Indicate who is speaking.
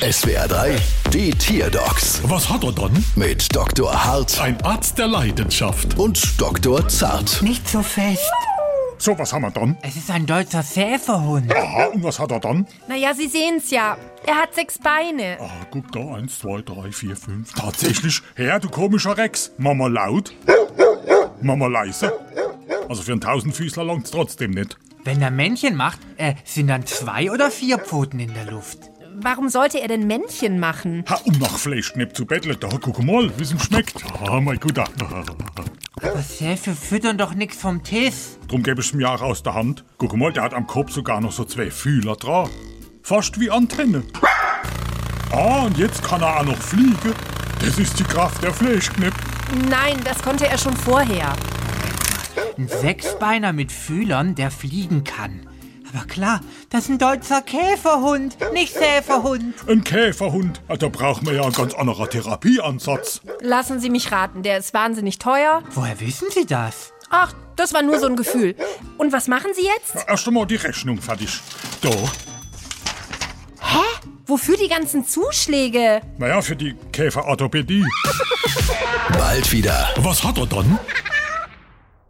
Speaker 1: SWR 3, die Tierdocs
Speaker 2: Was hat er dann?
Speaker 1: mit Dr. Hart
Speaker 2: Ein Arzt der Leidenschaft.
Speaker 1: und Dr. Zart.
Speaker 3: Nicht so fest.
Speaker 2: So, was haben wir dann?
Speaker 3: Es ist ein deutscher Schäferhund.
Speaker 2: Aha, und was hat er dann?
Speaker 4: Naja, Sie sehen's ja. Er hat sechs Beine.
Speaker 2: Ah, guck da, eins, zwei, drei, vier, fünf. Tatsächlich? Herr, du komischer Rex. Mama laut. Mama leise. Also für einen Tausendfüßler langt's trotzdem nicht.
Speaker 3: Wenn er Männchen macht, äh, sind dann zwei oder vier Pfoten in der Luft.
Speaker 4: Warum sollte er denn Männchen machen?
Speaker 2: Ha, um nach Fleischknepp zu betteln. Da, guck mal, wie's ihm schmeckt. Ah, mein Guter.
Speaker 3: Aber Schäfer füttern doch nichts vom Tisch.
Speaker 2: Drum gebe ich's ihm ja auch aus der Hand. Guck mal, der hat am Kopf sogar noch so zwei Fühler dran. Fast wie Antenne. Ah, und jetzt kann er auch noch fliegen. Das ist die Kraft der Fleischknepp.
Speaker 4: Nein, das konnte er schon vorher.
Speaker 3: Ein Sechsbeiner mit Fühlern, der fliegen kann. Aber klar, das ist ein deutscher Käferhund, nicht Schäferhund.
Speaker 2: Ein Käferhund. Ah, Da braucht man ja einen ganz anderen Therapieansatz.
Speaker 4: Lassen Sie mich raten, der ist wahnsinnig teuer.
Speaker 3: Woher wissen Sie das?
Speaker 4: Ach, das war nur so ein Gefühl. Und was machen Sie jetzt?
Speaker 2: Erst einmal die Rechnung fertig. Da.
Speaker 4: Hä? Wofür die ganzen Zuschläge?
Speaker 2: Naja, für die Käferorthopädie.
Speaker 1: Bald wieder.
Speaker 2: Was hat er dann?